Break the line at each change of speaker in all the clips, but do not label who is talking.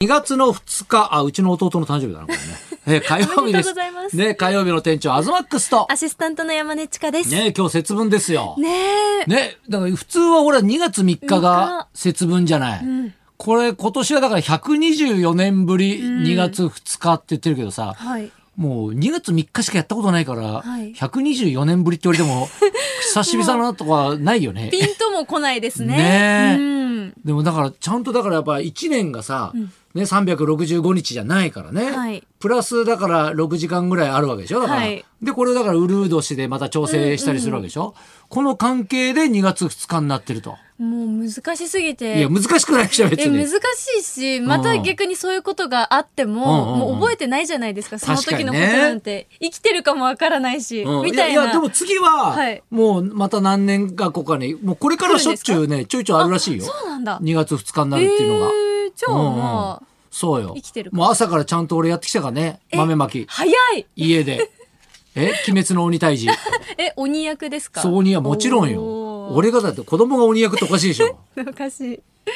2月の2日、あ、うちの弟の誕生日だな、これね。 えー火曜日で。
おめでとうございますす
ね、火曜日の店長、アズマックスと。
アシスタントの山根千佳です。ね
ね、今日節分ですよ。
え。
ね、だから普通はほら2月3日が
3日
節分じゃない。
ん
これ今年はだから124年ぶり2月2日って言ってるけどさ、
はい。
もう2月3日しかやったことないから、
はい
124年ぶりって言われて も、久しぶりだなとかないよね。
ピンとも来ないですね。
ねえ
うん。
でもだからちゃんとだからやっぱ1年がさ、ね、365日じゃないからね、
はい
プラスだから6時間ぐらいあるわけでしょだから、
はい
でこれをだからウルー年でまた調整したりするわけでしょ、この関係で2月2日になってると。
もう難しす
い
ぎ
や
て。
難しくないでしょ別
え、難
に。
しいし、また逆にそういうことがあって
うんうん
も、
うん
もう覚えてないじゃないですか、その
確か
時
に
の
ね
ことなんて。生きてるかもわからないし、
うん
みたい
や
な。
いやでも次は、
はい
もうまた何年か後かにもうこれからしょっちゅうねちょいちょいあるらしいよ
そうなんだ。
2月2日になる
え
っていうのが、
えー、じゃあ
うん
まあ、
そうよ
生きてるか
もう朝からちゃんと俺やってきたからね豆まき
早い
家でえ鬼滅の鬼退治
え、鬼役ですか
そう鬼はもちろんよ
おー
俺がだって子供が鬼役っておかしいでし ょ
おかし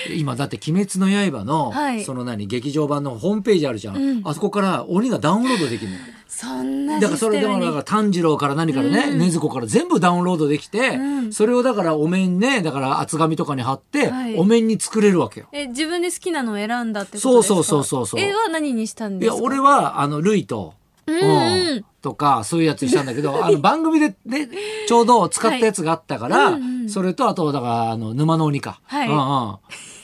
い。
今だって「鬼滅の刃の」
はい
その何劇場版のホームページあるじゃん、
うん
あそこから鬼がダウンロードできるのよ
そんな
だか
シ
らそ
ス
れ
テ
でも
ム
だ
に
から炭治郎から何からね、
うん
禰豆子から全部ダウンロードできて、
うん
それをだからお面ねだから厚紙とかに貼って、
はい
お面に作れるわけよ。
え、自分で好きなのを選んだってことですか
そうそうそうそうそう
絵は何にしたん
い
です
や
か
俺はあのルイと、
うんうん
うんとかそういうやつにしたんだけ どあの番組でねちょうど使ったやつがあったから、
はいうんうん
それとあとだからあの沼の鬼か、
は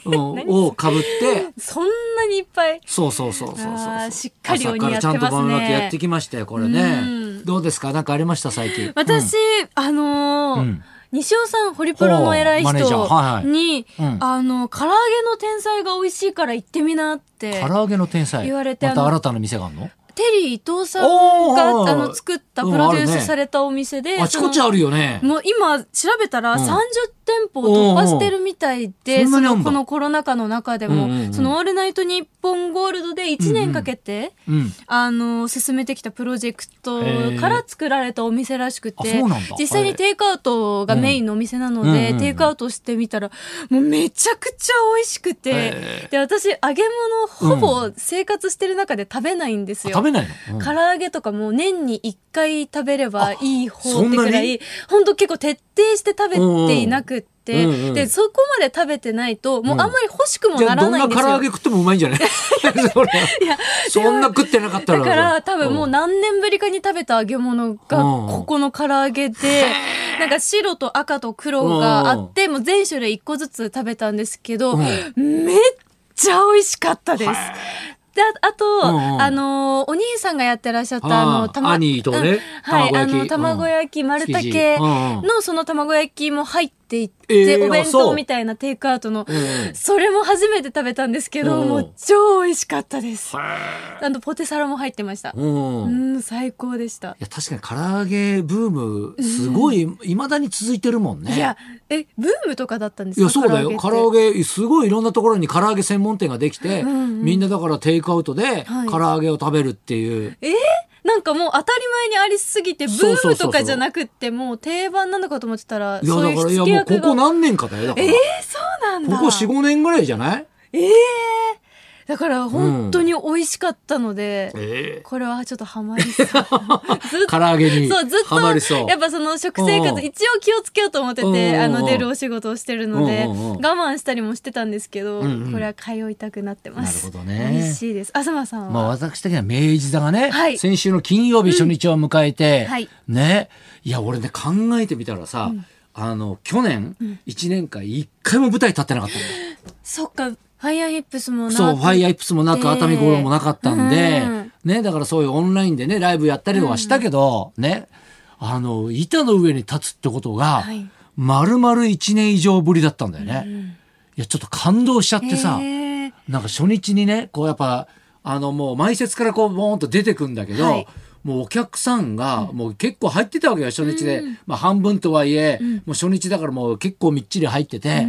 い
うんう んうんをかぶって
そんなにいっぱい。
そうそうそうそうそう
あーしっかり
朝
鬼
からちゃんと番
やってますね
組やってきましたよこれね、
うん
どうですかなんかありました最近
私、あのー
うん
西尾さん、ホリプロの偉い
ほうマネージャーは
人
い
に、
うん
あの、唐揚げの天才が美味しいから行ってみなって、
唐揚げの天才
言われて
また
あの
新たな店があるの
テリー伊藤さん
お
が、
ー
あの、作った
うん
プロデュ
ある
ー
ね
スされたお店で、
あちこちあるよね
もう今調べたら
うん
30店舗を突破してるみたいで、
うんそ
そ
んなにあんだ
のこのコロナ禍の中でも、
うんうんうん
その「オールナイトニッポンゴールド」で1年かけて、
うん
あの進めてきたプロジェクト
へー
から作られたお店らしく
あ
て
そうなんだ
実際にテイクアウトがメインのお店なの
うんうんう
で、
んうん
テイクアウトしてみたらもうめちゃくちゃ美味しく
へ
てで私揚げ物ほぼ生活してる中で食べないんです
あ
よ。
食べないの、うん
唐揚げとかも年に1回食べればいい方って
あそん
ぐ
な
ら
に
い、ほんと結構徹底して食べていなくって、
うんうん
で、そこまで食べてないと、もうあんまり欲しくも
じゃ
な
あ
ら
どん
ない
なん
です
唐
よ。
揚げ食ってもうまいんじゃ ないそれそんな食ってなかったら
だから多分もう
うん
何年ぶりかに食べた揚げ物が
うん
ここの唐揚げで、なんか白と赤と黒があって、もう全種類1個ずつ食べたんですけど、
うん
めっちゃ美味しかったです。で、ああと、
うんうん
あの、お兄さんがやってらっしゃった、あ
あ
の、
ー
たま、
兄とね
うんはい、
卵
あ
焼き
の、卵焼き、丸
築地
竹
うんうん
のその卵焼きも入っていっ
えー
て、お弁
あそう
当みたいなテイクアウトの、
うん
それも初めて食べたんですけど、
うん
もう超美味しかったです。あの、ポテサラも入ってました。
うんい
うん、最高でした。
や確かに唐揚げブームすごいいまだに続いてるもんね
いや、え、ブームとかだったんです
い
か
やそうだよ唐揚
げって。
げすごいいろんなところに唐揚げ専門店ができて、
うんうん
みんなだからテイクアウトで
はい
唐揚げを食べるっていう、
なんかもう当たり前にありすぎて、ブ
そうそう
ー
そう
ム
そう
とかじゃなくって、もう定番なのかと思ってたら、
いや
そう
だ
い
か
う
ら
火
いや
付
も
け
う
役
こ
が。
こ何年かだよだから、
えー、そうなんだ。
ここ45年ぐらいじゃない
ええだから本当に美味しかったので、
え
これはちょっとハマ りそう。ずっ
え唐揚げに
そう、ずっ
ハマりそう
と、やっぱその食生
うん
活、一応気をつけようと思って
うんうんうん
て、あの、出るお仕事をしてるので、
う
我
んうんうん
慢したりもしてたんですけど、
うんうん
これは通いたくなってます。
なるほどね
美味しいです。東さんは、
まあ私的には明治座がね、
はい
先週の金曜日初日を迎えて、
はい
ねいや俺ね考えてみたらさ、あの去年1年間1回も舞台立ってなかったんだよ
そっか、ファイアーヒップスもなく
そう、ファイアイプスもなく、
で
熱海五郎もなかったんで、
うん
ね、だからそういうオンラインでね、ライブやったりはしたけど、ね、あの、板の上に立つってことが
はい、
丸々1年以上ぶりだったんだよね。いや、ちょっと感動しちゃっ
え
てさ、
ー
なんか初日にね、こうやっぱ、あのもう、前説からこう、ボーンと出てくんだけど、
はい
もうお客さんが、もう結構入ってたわけよ、初日で。まあ半分とはいえ、もう初日だからもう結構みっちり入ってて、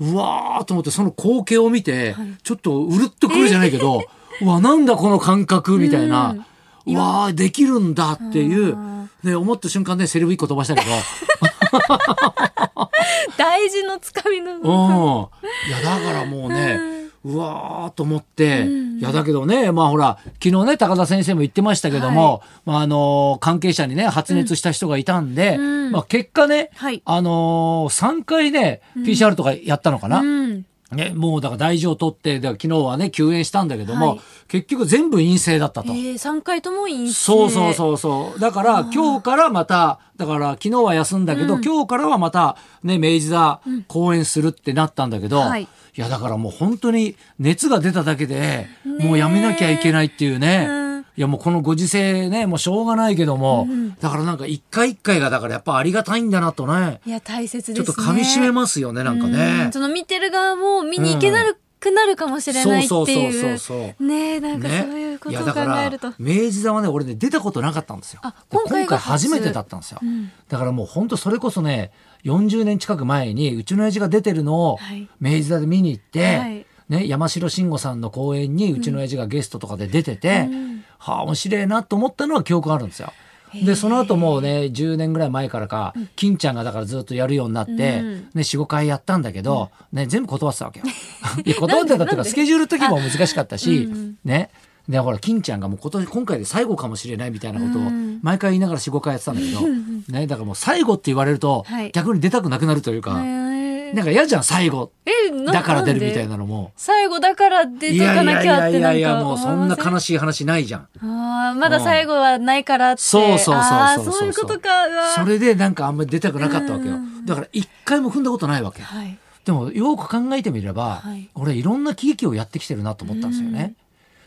うわーと思ってその光景を見て、ちょっとうるっとくるじゃないけ ど、うわ、なんだこの感覚みたいな、うわーできるんだっていう、ね、思った瞬間ね、セリフ一個飛ばした けど、
大事のつかみの。
うん。いや、だからもうね、うわーと思って、いやだけどねまあほら昨日ね高田先生も言ってましたけども、まあ、あのー関係者にね発熱した人がいたんで、
うん
まあ、結果ね、
はい
あのー、3回ね PCR とかやったのかな、
うん。
ね、もうだから大事を取ってだから昨日はね休園したんだけども、
はい
結局全部陰性だった
え
と。
ー、三回とも陰性。
そうそうそうそう。だから今日からまた、だから昨日は休んだけど、
うん
今日からはまたね、明治座公演するってなったんだけど、
はい
い、やだからもう本当に熱が出ただけで、もうやめなきゃいけないっていうね。
うん
いやもうこのご時世ね、もうしょうがないけども、だからなんか一回一回がだからやっぱありがたいんだなとね、
いや大切です
ちょ
ね。
っと噛み締めますよね、なんか
う
ね
ん。その見てる側も見に行けなくなるかもしれないって
そうそう
い
そうそう
う。
そう。
ねえなんかそう
ね
いうこと
や
を
だ
考
から
えると。
明治座はね俺ね出たことなかったんですよ
あ
で
今回が初
初めてだったんですよ、
うん
だからもうほんとそれこそね40年近く前にうちの親父が出てるのを
はい
明治座で見に行って、
はい
ね、山城慎吾さんの公演にうちの親父がゲストとかで出てて、
うん
はあ面白いなと思ったのは記憶があるんですよ。
へえ
でその後もうね10年ぐらい前からか、金ちゃんがだからずっとやるようになって、
うん
ね、45回やったんだけど、ね、全部断ってたわけよ。いや断ってたっていう
なん
か
で
スケジュールの時も難しかったし、
あうん
ねでほら金ちゃんがもう今年今回で最後かもしれないみたいなことを
うん
毎回言いながら45回やってたんだけど、ね、だからもう最後って言われると、
はい
逆に出たくなくなるというか、
え
なんか嫌じゃん最後
な
だから出るみたい
んで
なのも。
最後だから出と
いや
か
い
な
やい
きゃ
や
っ
い
てな
や
ん
いや
か
もうそんな悲しい話ないじゃん。
あーまだ最後はないからって。
そうそうそうそう
あーそういうことか。うわー
それでなんかあんまり出たくなかったわけよ
うんうん。
だから一回も踏んだことないわけ。
はい。
でもよく考えてみれば、
はい
俺いろんな喜劇をやってきてるなと思ったんですよね。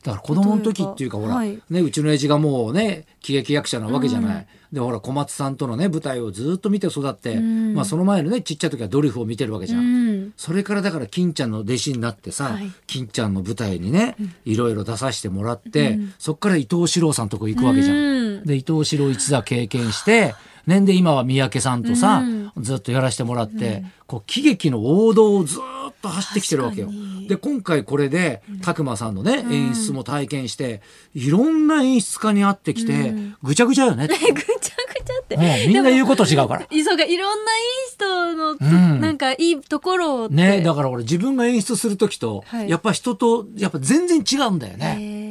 だから子供の時っていうか
例
ほ
えば
ら、
はい
ね、うちの親父がもうね喜劇役者なわけじゃない、でほら小松さんとのね舞台をずっと見て育って、
うん
まあ、その前のねちっちゃい時はドリフを見てるわけじ
う
ゃん、
ん。
それからだから金ちゃんの弟子になってさ、
はい
金ちゃんの舞台にねいろいろ出させてもらって、そっから伊藤四郎さんとこ行くわけじゃん。
うん
で伊藤四郎一座経験して年で今は三宅さんとさ、
うん
ずっとやらせてもらって、こう喜劇の王道をずーっと走ってきてるわけよ
確かに。
で今回これで拓磨さんのね演出も体験していろんな演出家に会ってきて、ぐちゃぐちゃよ ねって。
ぐちゃぐちゃって。
もうみんな言うこと違う から。
いそうか、いろんないい人の、
ん
なんかいいところって。
ね、だから俺自分が演出する時と、
はい
やっぱ人とやっぱ全然違うんだよね。
へー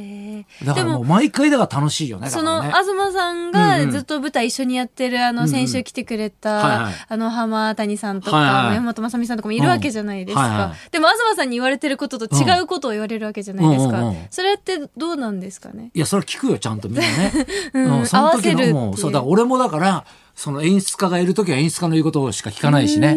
だからもう毎回だから楽しいよね。だ
そ
から
の、
ね、
東さんがずっと舞台一緒にやってる、あ
うん
の、
うん
先週来てく
は
れ
いは
た
い、
あの、浜谷さんと
はい
か、
はい
山本まさみさんとかもいるわけじゃないです
うんはい
か
は。
でも、東さんに言われてることと違うことを言われるわけじゃないで
う
す
んうん
か
うんうん。
それってどうなんですかね
いや、それ聞くよ、ちゃんとみんなね。
うん
その時
合わせるって
の
い
も
う
う、そうだ、俺もだから、その演出家がいる時は演出家の言うことしか聞かないしね。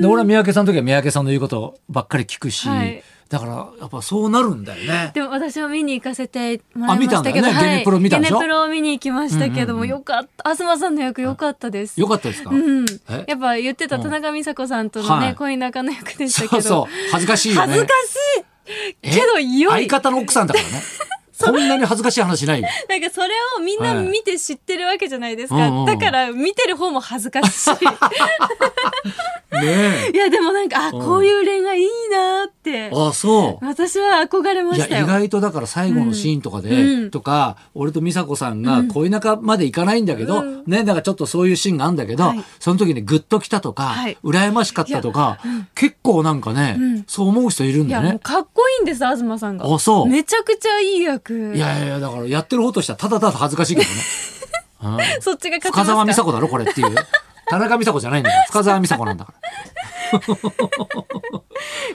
で、俺は三宅さんの時は三宅さんの言うことばっかり聞くし、
はい
だから、やっぱそうなるんだよね。
でも私は見に行かせてもら
あ
い
見
ま
た
し
んだ
た
よ
け
ね
ど、はい
ゲネプロ見たんでしょ
ゲネプロ見に行きましたけども、よかった。東さんの役よかったです。
よかったですか、
うん
え。
やっぱ言ってた田中美佐子さんとの
は
ね、
い
恋仲の役でしたけ
そ
ど。
うそう。恥ずかしいよね。
恥ずかしいけど良い
相方の奥さんだ からね。こんなに恥ずかしい話ないよ。
なんかそれをみんな見て知ってるわけじゃないですか、
はいうんうん
だから見てる方も恥ずかし
ねえ。
いいやでもなんかあこういう恋愛いいなって
あ、そう。
私は憧れま
いや
したよ
意外とだから最後のシーンとかで、
うんうん
とか俺と美佐子さんが恋仲までいかないんだけど、
うん
ねだからちょっとそういうシーンがあるんだけど、
はい
その時にグッときたとか、
はい
羨ましかったとか、結構なんかね、
うん
そう思う人いるん
い
だ
や
よ
もう
ね。
かっこいいんです東さんが
あそう
めちゃくちゃいい役
いやいやいやだからやってる方としてはただただ恥ずかしいけど ね。うん
そっちが勝ちま
深
すか
澤美佐子だろこれっていう。田中美佐子じゃないんだから深澤美佐子なんだから。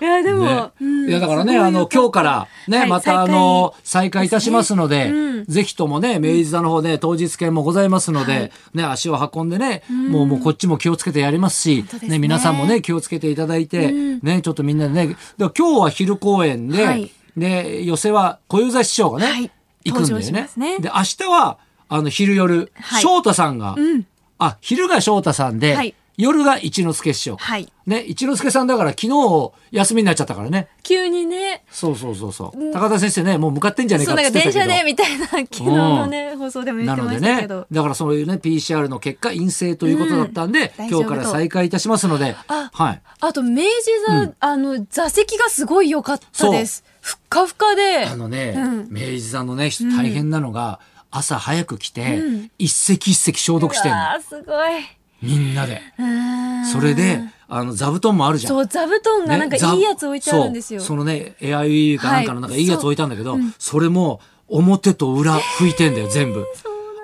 いやでも、
ね
うん
いやだから
す
ね、
ごい
あの、今日からね、
はい
またあの、再開いたしますので、
うん
ぜひともね、明治座の方で当日券もございますので、ね、足を運んでね、もうもうこっちも気をつけてやりますし、
当ですね
ね、皆さんもね、気をつけていただいて、
うん
ね、ちょっとみんなでね、だから今日は昼公演で、
はい
で、寄せは小遊三師匠がね、
はい
行くんだよ
登場しま
ね。
すね
で、明日は、あの、昼夜、
はい
翔太さんが、
うん
あ、昼が翔太さんで、
はい
夜が一之輔師匠。
はい
ね、一之輔さんだから昨日休みになっちゃったからね。
急にね
そうそうそうそう。高田先生ね、もう向かってんじゃねえ
そ
か
う
っ
なん
つ
か
ってた
電
けど。
車でみたいな昨日のね放送でも言
な
って
の
ま
で
した
ね、
けど、
だからそういうね、PCR の結果陰性ということだったんで、
うん
今日から再開いたしますので、
あ
はい。
あと明治座、あの座席がすごい良かったですふっかふかで
あのね、
うん
明治座のね、大変なのが、朝早く来て、一席一席消毒してんの
うわーすごい
みんなで。
うーん
それで、あの座布団もあるじゃん
そう、座布団がなんか
ね
いいやつ置いてあるんですよ。
そうそのねエアウィーかなんかの
はい
なんかいいやつ置いたんだけど、それも表と裏拭いてんだよ全部、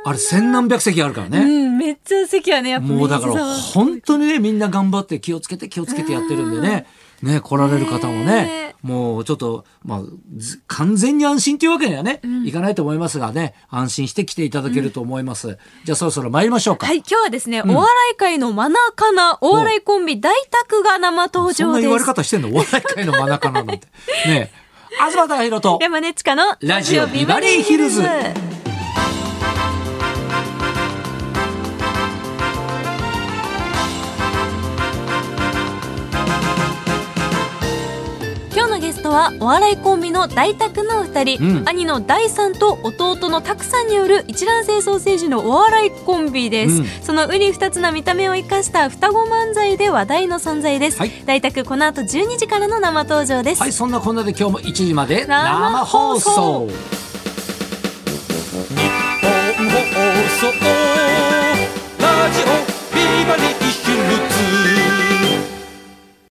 あれ千何百席あるから
う
ね、
ん、めっちゃ席はね、やっぱ
もうだから
明治座は
本当にねみんな頑張って気をつけて気をつけてやってるんでね、ね来られる方もね、もうちょっと、まあ、ず完全に安心というわけにはね、いかないと思いますがね安心して来ていただけると思います、じゃあそろそろ参りましょうか、
はい、今日はですね、お笑い界のマナーかな、お笑いコンビ大宅が生登場です。
そんな言われ方してんのお笑い界の真中なんてねえ東隆弘と
山根ちかの
ラジオビバリーヒルズ
今日のゲストはお笑いコンビの大拓のお二人、
うん
兄の大さんと弟の拓さんによる一卵性ソーセージのお笑いコンビです、
うん
そのウリ二つな見た目を生かした双子漫才で話題の存在です、
はい
大拓この後12時からの生登場です、
はい、そんなこんなで今日も1時まで
生
生
放
放
送
送。